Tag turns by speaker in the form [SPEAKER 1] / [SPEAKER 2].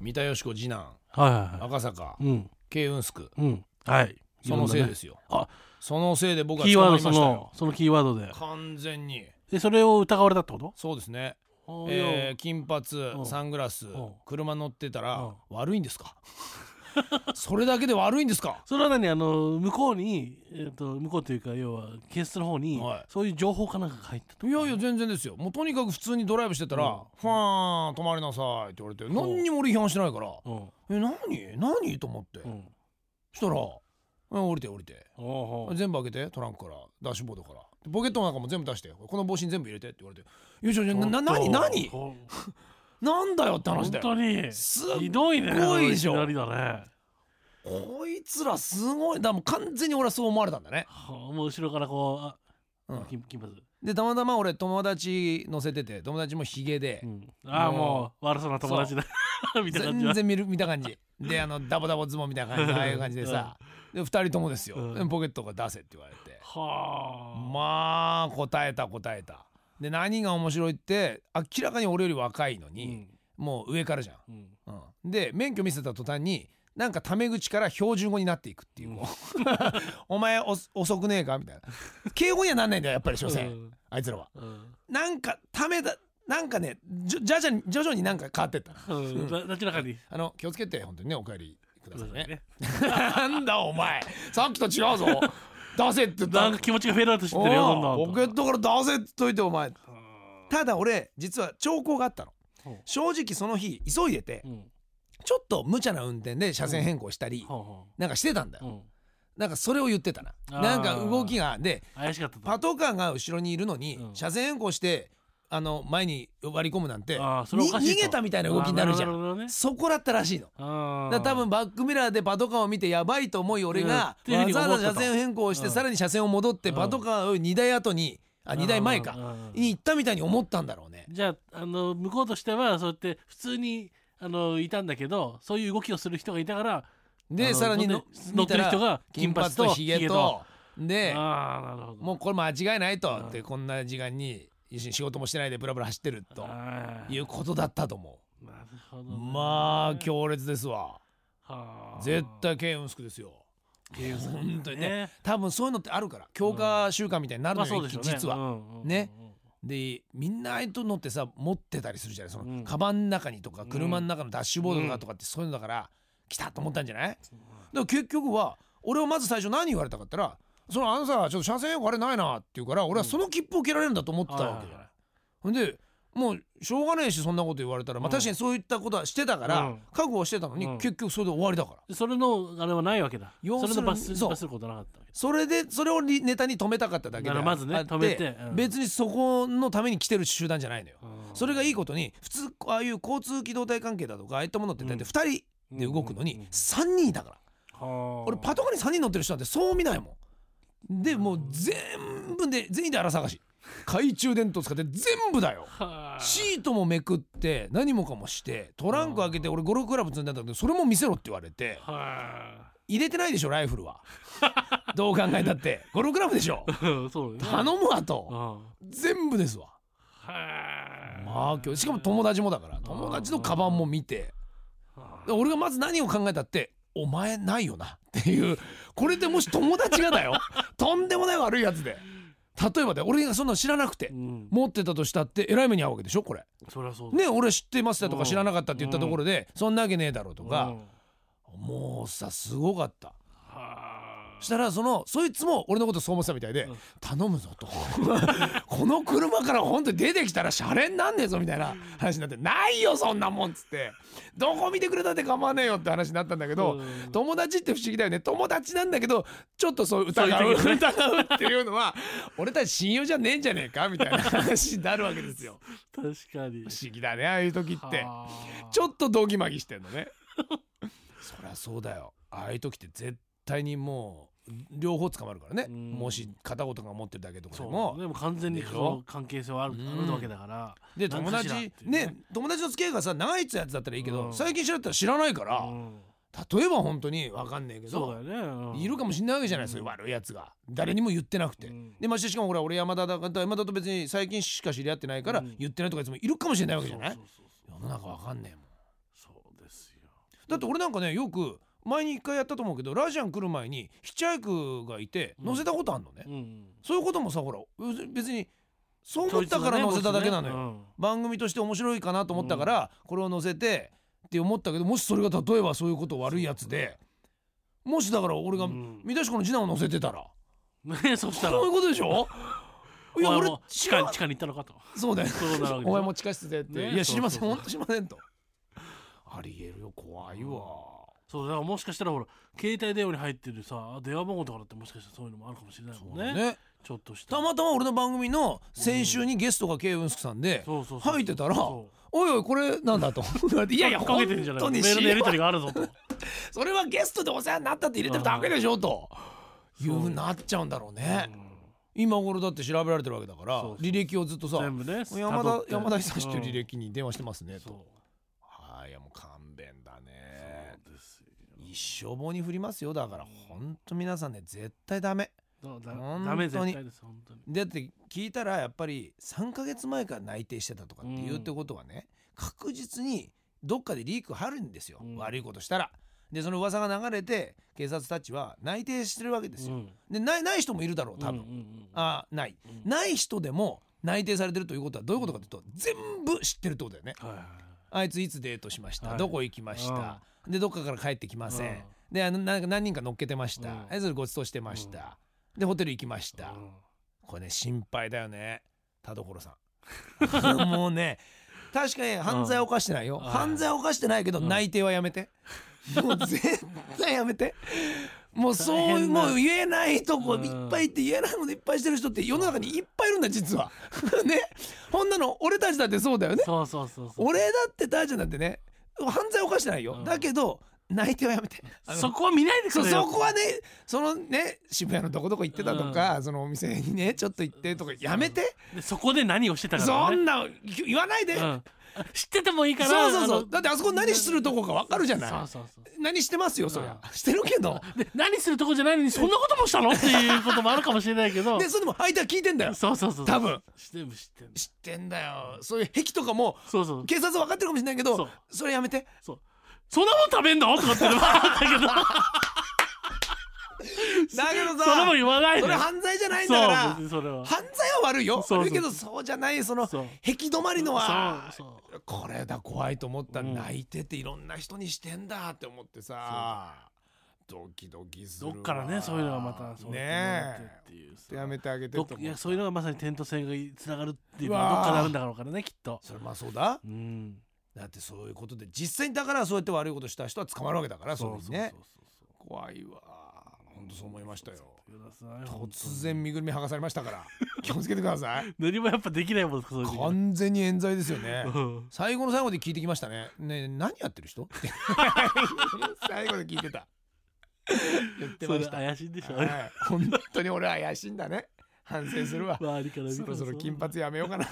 [SPEAKER 1] 三田佳子次男
[SPEAKER 2] はいはいは
[SPEAKER 1] 赤坂
[SPEAKER 2] いうん
[SPEAKER 1] 慶雲宿
[SPEAKER 2] うんはい
[SPEAKER 1] そのせいですすよ、
[SPEAKER 2] あ
[SPEAKER 1] そのせいで僕は
[SPEAKER 2] キー
[SPEAKER 1] 捕
[SPEAKER 2] ワー
[SPEAKER 1] ま
[SPEAKER 2] ド
[SPEAKER 1] り
[SPEAKER 2] そ
[SPEAKER 1] ましたよ
[SPEAKER 2] のそのキーワードで
[SPEAKER 1] 完全に
[SPEAKER 2] でそれを疑われたってこと
[SPEAKER 1] そうですね、
[SPEAKER 2] おい
[SPEAKER 1] え
[SPEAKER 2] や
[SPEAKER 1] ー金髪
[SPEAKER 2] ん
[SPEAKER 1] サングラス
[SPEAKER 2] ん
[SPEAKER 1] 車乗ってた
[SPEAKER 2] う
[SPEAKER 1] ら
[SPEAKER 2] ん
[SPEAKER 1] 悪いんですか それだけで悪いんですか
[SPEAKER 2] それは何あの向こうに、えー、と向こうというか要は警察の方に、
[SPEAKER 1] はい
[SPEAKER 2] そういう情報かなんかが入ったと
[SPEAKER 1] いやいや全然ですよもうとにかく普通にドライブしてたら
[SPEAKER 2] うん
[SPEAKER 1] 「ファン止まりなさい」って言われて何にも俺批判してないから
[SPEAKER 2] うん
[SPEAKER 1] 「え何何?」と思って
[SPEAKER 2] う
[SPEAKER 1] そ
[SPEAKER 2] ん
[SPEAKER 1] したら「え降りて降りて
[SPEAKER 2] おうおう
[SPEAKER 1] 全部開けてトランクからダッシュボードからでポケットの中も全部出してこの帽子に全部入れて」って言われて「よいしょいやなな何何
[SPEAKER 2] 本
[SPEAKER 1] なんだよ」って話
[SPEAKER 2] 当
[SPEAKER 1] だ
[SPEAKER 2] 本当
[SPEAKER 1] よ
[SPEAKER 2] に
[SPEAKER 1] す
[SPEAKER 2] ひどいね
[SPEAKER 1] すごいでしょ
[SPEAKER 2] このいきなりだね
[SPEAKER 1] こいつらすごいだからもう完全に俺はそう思われたんだね、
[SPEAKER 2] はあもう後ろからこうあ、
[SPEAKER 1] うん
[SPEAKER 2] 金金髪、
[SPEAKER 1] でたまたま俺友達乗せてて友達もヒゲで、
[SPEAKER 2] うん、ああ
[SPEAKER 1] もう
[SPEAKER 2] もう悪そうな友達だ みたいな感じ
[SPEAKER 1] 全
[SPEAKER 2] は
[SPEAKER 1] 然見る見た感じであのダボダボズボンみたいな 感じああいう感じでさで2人ともですよ、
[SPEAKER 2] うん
[SPEAKER 1] でポケットから出せって言われて
[SPEAKER 2] は
[SPEAKER 1] まあ答えた答えたで何が面白いって明らかに俺より若いの
[SPEAKER 2] あ、
[SPEAKER 1] に、もう上からじゃん、
[SPEAKER 2] うんうん
[SPEAKER 1] うん、で免許見せた途端になんかタメ口から標準語になっていくっていう、
[SPEAKER 2] うん
[SPEAKER 1] こうお前お遅くねえかみたいな敬語にはなんないんだよやっぱり所詮、
[SPEAKER 2] うん
[SPEAKER 1] あいつらは
[SPEAKER 2] うん
[SPEAKER 1] なんかためだなんかねじょじゃじゃ徐々になんか変わってった
[SPEAKER 2] うんななちらかに
[SPEAKER 1] あの気をつけて本当にねお帰りくださいね
[SPEAKER 2] ね
[SPEAKER 1] なんだお前さっきと違うぞ出せって言った
[SPEAKER 2] なんか気持ちがフェードアウトしてってるよどんどん
[SPEAKER 1] おうポケットから出せって言っといてお前ただ俺実は兆候があったの
[SPEAKER 2] ほう
[SPEAKER 1] 正直その日急いでて
[SPEAKER 2] うん
[SPEAKER 1] ちょっと無茶な運転で車線変更したり
[SPEAKER 2] ほうほ
[SPEAKER 1] なんかしてたんだ
[SPEAKER 2] うう
[SPEAKER 1] よ
[SPEAKER 2] ん
[SPEAKER 1] なんかそれを言ってたな
[SPEAKER 2] あー
[SPEAKER 1] なんか動きがで
[SPEAKER 2] 怪しかったと
[SPEAKER 1] パトカーが後ろにいるのに
[SPEAKER 2] うん
[SPEAKER 1] 車線変更してあの前に割り込むなんてに
[SPEAKER 2] あーそれおかしい
[SPEAKER 1] 逃
[SPEAKER 2] と
[SPEAKER 1] げたみたいな動きになるじゃ
[SPEAKER 2] あー
[SPEAKER 1] ん
[SPEAKER 2] なるほどね
[SPEAKER 1] そこだったらしいの
[SPEAKER 2] あー
[SPEAKER 1] だから多分バックミラーでパトカーを見てやばいと思い俺が
[SPEAKER 2] うん
[SPEAKER 1] わざわ
[SPEAKER 2] ってい
[SPEAKER 1] ざ
[SPEAKER 2] うふうに思っ
[SPEAKER 1] 車
[SPEAKER 2] たと
[SPEAKER 1] 線変更して
[SPEAKER 2] うん
[SPEAKER 1] さらに車線を戻って
[SPEAKER 2] うん
[SPEAKER 1] パトカーを2台後にあ2台前
[SPEAKER 2] う
[SPEAKER 1] か
[SPEAKER 2] んうんうん
[SPEAKER 1] に行ったみたいに思ったんだろうね
[SPEAKER 2] じゃああの向こうとしてはそうやって普通にあのいたんだけどそういう動きをする人がいたからあ
[SPEAKER 1] で
[SPEAKER 2] の
[SPEAKER 1] さらにの
[SPEAKER 2] 乗って乗ってる人が
[SPEAKER 1] 見
[SPEAKER 2] 金
[SPEAKER 1] たら
[SPEAKER 2] 髪と
[SPEAKER 1] ヒゲ
[SPEAKER 2] ヒゲ
[SPEAKER 1] と
[SPEAKER 2] と
[SPEAKER 1] で
[SPEAKER 2] ああなるほど
[SPEAKER 1] もうこれ間違いないと
[SPEAKER 2] うん
[SPEAKER 1] ってこんな時間に一緒に仕事もしてないでブラブラ走ってると
[SPEAKER 2] あー
[SPEAKER 1] いうことだったと思
[SPEAKER 2] なるほど
[SPEAKER 1] う
[SPEAKER 2] ね、
[SPEAKER 1] まあ強烈ですわ
[SPEAKER 2] はあ
[SPEAKER 1] 絶対軽運スクですよ本当にね
[SPEAKER 2] ね
[SPEAKER 1] 多分そういうのってあるから強化習慣みたいになる
[SPEAKER 2] まあ
[SPEAKER 1] の
[SPEAKER 2] そ
[SPEAKER 1] よ
[SPEAKER 2] うでしょうね
[SPEAKER 1] 実は
[SPEAKER 2] うんうんうん
[SPEAKER 1] ねでみんなああいうのってさ持ってたりするじゃないその、
[SPEAKER 2] うん
[SPEAKER 1] カバンの中にとか
[SPEAKER 2] ん
[SPEAKER 1] 車の中のダッシュボードとかとかってそういうのだから、来たと思ったんじゃない、だから結局は俺はまず最初何言われたかったら「そのあのさちょっと車線変更あれないな」って言うから俺はその切符を切られるんだと思ってたわけじゃない。ほんでもうしょうがねえしそんなこと言われたら、まあ、
[SPEAKER 2] うん
[SPEAKER 1] 確かにそういったことはしてたから、
[SPEAKER 2] うん
[SPEAKER 1] 覚悟はしてたのに、
[SPEAKER 2] うん
[SPEAKER 1] 結局それで終わりだから。
[SPEAKER 2] それのあれはないわけだ
[SPEAKER 1] 要
[SPEAKER 2] そ
[SPEAKER 1] する
[SPEAKER 2] れ
[SPEAKER 1] に
[SPEAKER 2] の罰す
[SPEAKER 1] そう
[SPEAKER 2] 罰することなかったわけ
[SPEAKER 1] それでそれをリネタに止めたかっただけで
[SPEAKER 2] ならまずね
[SPEAKER 1] あって
[SPEAKER 2] 止めてうん
[SPEAKER 1] 別にそこのために来てる集団じゃないのよ。
[SPEAKER 2] だ
[SPEAKER 1] それがいいことに普通ああいう交通機動隊関係だとかああいったものって大体2人で動くの
[SPEAKER 2] うんうんうん
[SPEAKER 1] に3人だから
[SPEAKER 2] 俺
[SPEAKER 1] 俺パトカーに3人乗ってる人なんてそう見ないもんでもう全部で全員で荒探し懐中電灯使って全部だよ
[SPEAKER 2] はあ
[SPEAKER 1] シートもめくって何もかもしてトランク開けて俺ゴルフクラブ積んでたんだけどそれも見せろって言われて
[SPEAKER 2] は
[SPEAKER 1] 入れてないでしょライフル はどう考えたってゴルフクラブでしょ
[SPEAKER 2] あ そうね
[SPEAKER 1] 頼むわ
[SPEAKER 2] うん
[SPEAKER 1] と
[SPEAKER 2] は
[SPEAKER 1] 全部ですわ
[SPEAKER 2] あ
[SPEAKER 1] まあ今日しかも友達もだから友達のカバンも見て
[SPEAKER 2] はあ
[SPEAKER 1] で俺がまず何を考えたってお前ないよなっていうこれでもし友達がだよとんでもない悪いやつで例えばで俺がそんなの知らなくて
[SPEAKER 2] うん
[SPEAKER 1] 持ってたとしたってえらい目に遭うわけでしょこれ
[SPEAKER 2] そりゃそうだ
[SPEAKER 1] ね俺知ってましたと
[SPEAKER 2] う
[SPEAKER 1] か
[SPEAKER 2] ん
[SPEAKER 1] 知らなかったって言ったところでそんなわけねえだろうと
[SPEAKER 2] う
[SPEAKER 1] か
[SPEAKER 2] ん
[SPEAKER 1] もうさすごかった
[SPEAKER 2] はあ
[SPEAKER 1] したらそのそいつも俺のことそう思ってたみたいで
[SPEAKER 2] うん
[SPEAKER 1] 頼むぞと この車から本当に出てきたらシャレになんねえぞみたいな話になってないよそんなもんっつってどこ見てくれたって構わねえよって話になったんだけど、
[SPEAKER 2] うん
[SPEAKER 1] 友達って不思議だよね友達なんだけどちょっとそう疑う
[SPEAKER 2] そういう時
[SPEAKER 1] 疑うっていうのは 俺たち親友じゃねえんじゃねえかみたいな話になるわけですよ
[SPEAKER 2] 確かに
[SPEAKER 1] 不思議だねああいう時って
[SPEAKER 2] はあ
[SPEAKER 1] ちょっとどぎまぎしてんのねそりゃそうだよああいう時って絶対にもう両方捕まるからね
[SPEAKER 2] うん
[SPEAKER 1] もし片言が持ってるだけとかで
[SPEAKER 2] そう
[SPEAKER 1] も
[SPEAKER 2] でも完全に
[SPEAKER 1] でしょ
[SPEAKER 2] その関係性はある
[SPEAKER 1] うん
[SPEAKER 2] あるわけだから
[SPEAKER 1] で
[SPEAKER 2] なん
[SPEAKER 1] 友
[SPEAKER 2] かしらっ
[SPEAKER 1] 達
[SPEAKER 2] ていうね
[SPEAKER 1] ね友達の付き合いがさ長いやつだったらいいけ
[SPEAKER 2] う
[SPEAKER 1] ど
[SPEAKER 2] ん
[SPEAKER 1] 最近知られたら知らないから
[SPEAKER 2] うん
[SPEAKER 1] 例えば本当に分かんねえけ
[SPEAKER 2] そ
[SPEAKER 1] ど
[SPEAKER 2] うだよね
[SPEAKER 1] いるかもしれないわけじゃない、
[SPEAKER 2] うん
[SPEAKER 1] そういう悪いやつが誰にも言ってなくて、
[SPEAKER 2] うん
[SPEAKER 1] でましてしかもほら俺山田だから山田と別に最近しか知り合ってないから
[SPEAKER 2] うん
[SPEAKER 1] 言ってないとかいつもいるかもしれないわけじゃない、
[SPEAKER 2] そうそうそうそう
[SPEAKER 1] 世の中わかんねえもん
[SPEAKER 2] そうですよ
[SPEAKER 1] だって俺なんかねよく前に一回やったと思うけどラジアン来る前にヒッチハイクがいて
[SPEAKER 2] うん
[SPEAKER 1] 乗せたことあんのね、
[SPEAKER 2] うん
[SPEAKER 1] そういうこともさほら別にそう思ったから乗せただけなのよ、
[SPEAKER 2] よ
[SPEAKER 1] 番組として面白いかなと思ったから、これを載せてって思ったけどもしそれが例えばそういうこと悪いやつでもしだから俺が三田市子の次男を載せてたら、
[SPEAKER 2] ね そしたら
[SPEAKER 1] そういうことでしょいや
[SPEAKER 2] お前
[SPEAKER 1] 俺
[SPEAKER 2] も地
[SPEAKER 1] 知
[SPEAKER 2] 下
[SPEAKER 1] ら
[SPEAKER 2] に地下に行ったのかと
[SPEAKER 1] そうだよ
[SPEAKER 2] そうなるわけでしょ
[SPEAKER 1] お前も地下室でって、
[SPEAKER 2] ね
[SPEAKER 1] いや知りません
[SPEAKER 2] そうそうそう
[SPEAKER 1] 本当知りませんとありえるよ怖いわ、
[SPEAKER 2] そうだからもしかしたらほら携帯電話に入ってるさ電話番号とかだってもしかしたらそういうのもあるかもしれないもんね
[SPEAKER 1] ね
[SPEAKER 2] ちょっとした
[SPEAKER 1] たまたま俺の番組の先週にゲストが K 運すくさんで、
[SPEAKER 2] そうそうそう
[SPEAKER 1] 入ってたら
[SPEAKER 2] そ
[SPEAKER 1] おいおいこれなん だというやいや
[SPEAKER 2] か
[SPEAKER 1] 本
[SPEAKER 2] けてんじゃない
[SPEAKER 1] 当
[SPEAKER 2] メ
[SPEAKER 1] に
[SPEAKER 2] ー
[SPEAKER 1] 知
[SPEAKER 2] ルのや
[SPEAKER 1] り
[SPEAKER 2] り取りがあるぞと
[SPEAKER 1] それはゲストでお世話になったって入れてるだけでしょというふうになっちゃうんだろうね、今頃だって調べられてるわけだから
[SPEAKER 2] そうそう
[SPEAKER 1] 履歴をずっとさ
[SPEAKER 2] 全部
[SPEAKER 1] 山
[SPEAKER 2] ね
[SPEAKER 1] 田
[SPEAKER 2] 辿って
[SPEAKER 1] 山田久志という履
[SPEAKER 2] うん
[SPEAKER 1] 歴に電話してますね
[SPEAKER 2] そう
[SPEAKER 1] とはいいやもう勘弁だね
[SPEAKER 2] そうですよ
[SPEAKER 1] 一生棒に振りますよだから本当皆さんね絶対ダメ
[SPEAKER 2] そうだ
[SPEAKER 1] 本当に
[SPEAKER 2] ダメ絶対です本当に
[SPEAKER 1] だって聞いたらやっぱり3ヶ月前から内定してたとかっていうってことはね、確実にどっかでリーク張るんですよ、
[SPEAKER 2] うん
[SPEAKER 1] 悪いことしたら。でその噂が流れて警察たちは内定してるわけですよ。でないない人もいるだろう多分、
[SPEAKER 2] 分
[SPEAKER 1] あない
[SPEAKER 2] うん
[SPEAKER 1] ない人でも内定されてるということはどういうことかというと全部知ってるってことだよね。
[SPEAKER 2] はいはいはい
[SPEAKER 1] あいついつデートしました、
[SPEAKER 2] はい
[SPEAKER 1] どこ行きました、でどっかから帰ってきません、であのなんか何人か乗っけてました、
[SPEAKER 2] うん
[SPEAKER 1] えそれごちそうしてました、でホテル行きました、
[SPEAKER 2] うん
[SPEAKER 1] これね心配だよね田所さ んもうね確かに犯罪は犯してないよ、
[SPEAKER 2] うん
[SPEAKER 1] 犯罪は犯してないけど
[SPEAKER 2] うん
[SPEAKER 1] 内定はやめて、もう絶対やめてもうそういう
[SPEAKER 2] 大変だ
[SPEAKER 1] もう言えないとこ
[SPEAKER 2] うん
[SPEAKER 1] いっぱいって言えないこといっぱいしてる人って世の中にいっぱいいるんだ実は ねほんなの俺たちだってそうだよね
[SPEAKER 2] そうそうそうそう
[SPEAKER 1] 俺だって大ちゃんだってね犯罪は犯してないよ、
[SPEAKER 2] うん
[SPEAKER 1] だけど内定はやめてあの
[SPEAKER 2] そこは見ないでく
[SPEAKER 1] そ
[SPEAKER 2] れよ
[SPEAKER 1] そこはねそのね渋谷のどこどこ行ってたとか、そのお店にねちょっと行ってとかやめて、
[SPEAKER 2] でそこで何をしてたから
[SPEAKER 1] そ
[SPEAKER 2] ね
[SPEAKER 1] んな言わないで、
[SPEAKER 2] うんあ知っててもいいから
[SPEAKER 1] そうそうそ
[SPEAKER 2] あ
[SPEAKER 1] う
[SPEAKER 2] の
[SPEAKER 1] だってあそこ何するとこか分かるじゃない
[SPEAKER 2] そうそうそう
[SPEAKER 1] 何してますよそりゃ、してるけど
[SPEAKER 2] で何するとこじゃないのにそんなこともしたのっていうこともあるかもしれないけ ど
[SPEAKER 1] でそれでも相手は聞いてんだよ
[SPEAKER 2] そうそうそう
[SPEAKER 1] 多分
[SPEAKER 2] 全部知ってんの
[SPEAKER 1] 知ってんだよそういう癖とかも
[SPEAKER 2] そうそう
[SPEAKER 1] 警察は分かってるかもしれないけど
[SPEAKER 2] そ
[SPEAKER 1] そうれやめ て
[SPEAKER 2] そうそんなもん食べんのとかってのもあ ったけど
[SPEAKER 1] だけど
[SPEAKER 2] それも
[SPEAKER 1] さ
[SPEAKER 2] 言わないで
[SPEAKER 1] それ犯罪じゃないんだから
[SPEAKER 2] そう別にそれは
[SPEAKER 1] 犯罪は悪いよ
[SPEAKER 2] そうそう
[SPEAKER 1] 悪いけどそうじゃないその
[SPEAKER 2] そう
[SPEAKER 1] 壁止まりのは
[SPEAKER 2] そうそう
[SPEAKER 1] これだ怖いと思った、
[SPEAKER 2] うん
[SPEAKER 1] 泣いてっていろんな人にしてんだって思ってさドキドキするわ
[SPEAKER 2] どっからねそういうのがまたそうやって
[SPEAKER 1] ね
[SPEAKER 2] っていうさ
[SPEAKER 1] えやめてあげて
[SPEAKER 2] どっ
[SPEAKER 1] と思う
[SPEAKER 2] いやそういうのがまさに点と線がつながるっていうの
[SPEAKER 1] うわー
[SPEAKER 2] はどっからあるんだろうからねきっと
[SPEAKER 1] それまあそうだ
[SPEAKER 2] うん
[SPEAKER 1] だってそういうことで実際にだからそうやって悪いことした人は捕まるわけだからそういうふうにね
[SPEAKER 2] そう
[SPEAKER 1] 怖いわ本当そう思いましたよ
[SPEAKER 2] そうそうそうそうそう
[SPEAKER 1] 突然身ぐるみ剥がされましたから 気をつけてください
[SPEAKER 2] 何もやっぱできないもんそういう時は
[SPEAKER 1] 完全に冤罪ですよね
[SPEAKER 2] うん
[SPEAKER 1] 最後の最後で聞いてきましたね。ねえ何やってる人って 最後で聞いてた。言って
[SPEAKER 2] そ
[SPEAKER 1] ま
[SPEAKER 2] れ
[SPEAKER 1] した。はい
[SPEAKER 2] 怪しいん でしょうね
[SPEAKER 1] 本当に俺は怪しいんだね。反省するわ。
[SPEAKER 2] 周りから見た
[SPEAKER 1] そ
[SPEAKER 2] ら
[SPEAKER 1] ろそろ
[SPEAKER 2] う
[SPEAKER 1] 金髪やめようかな。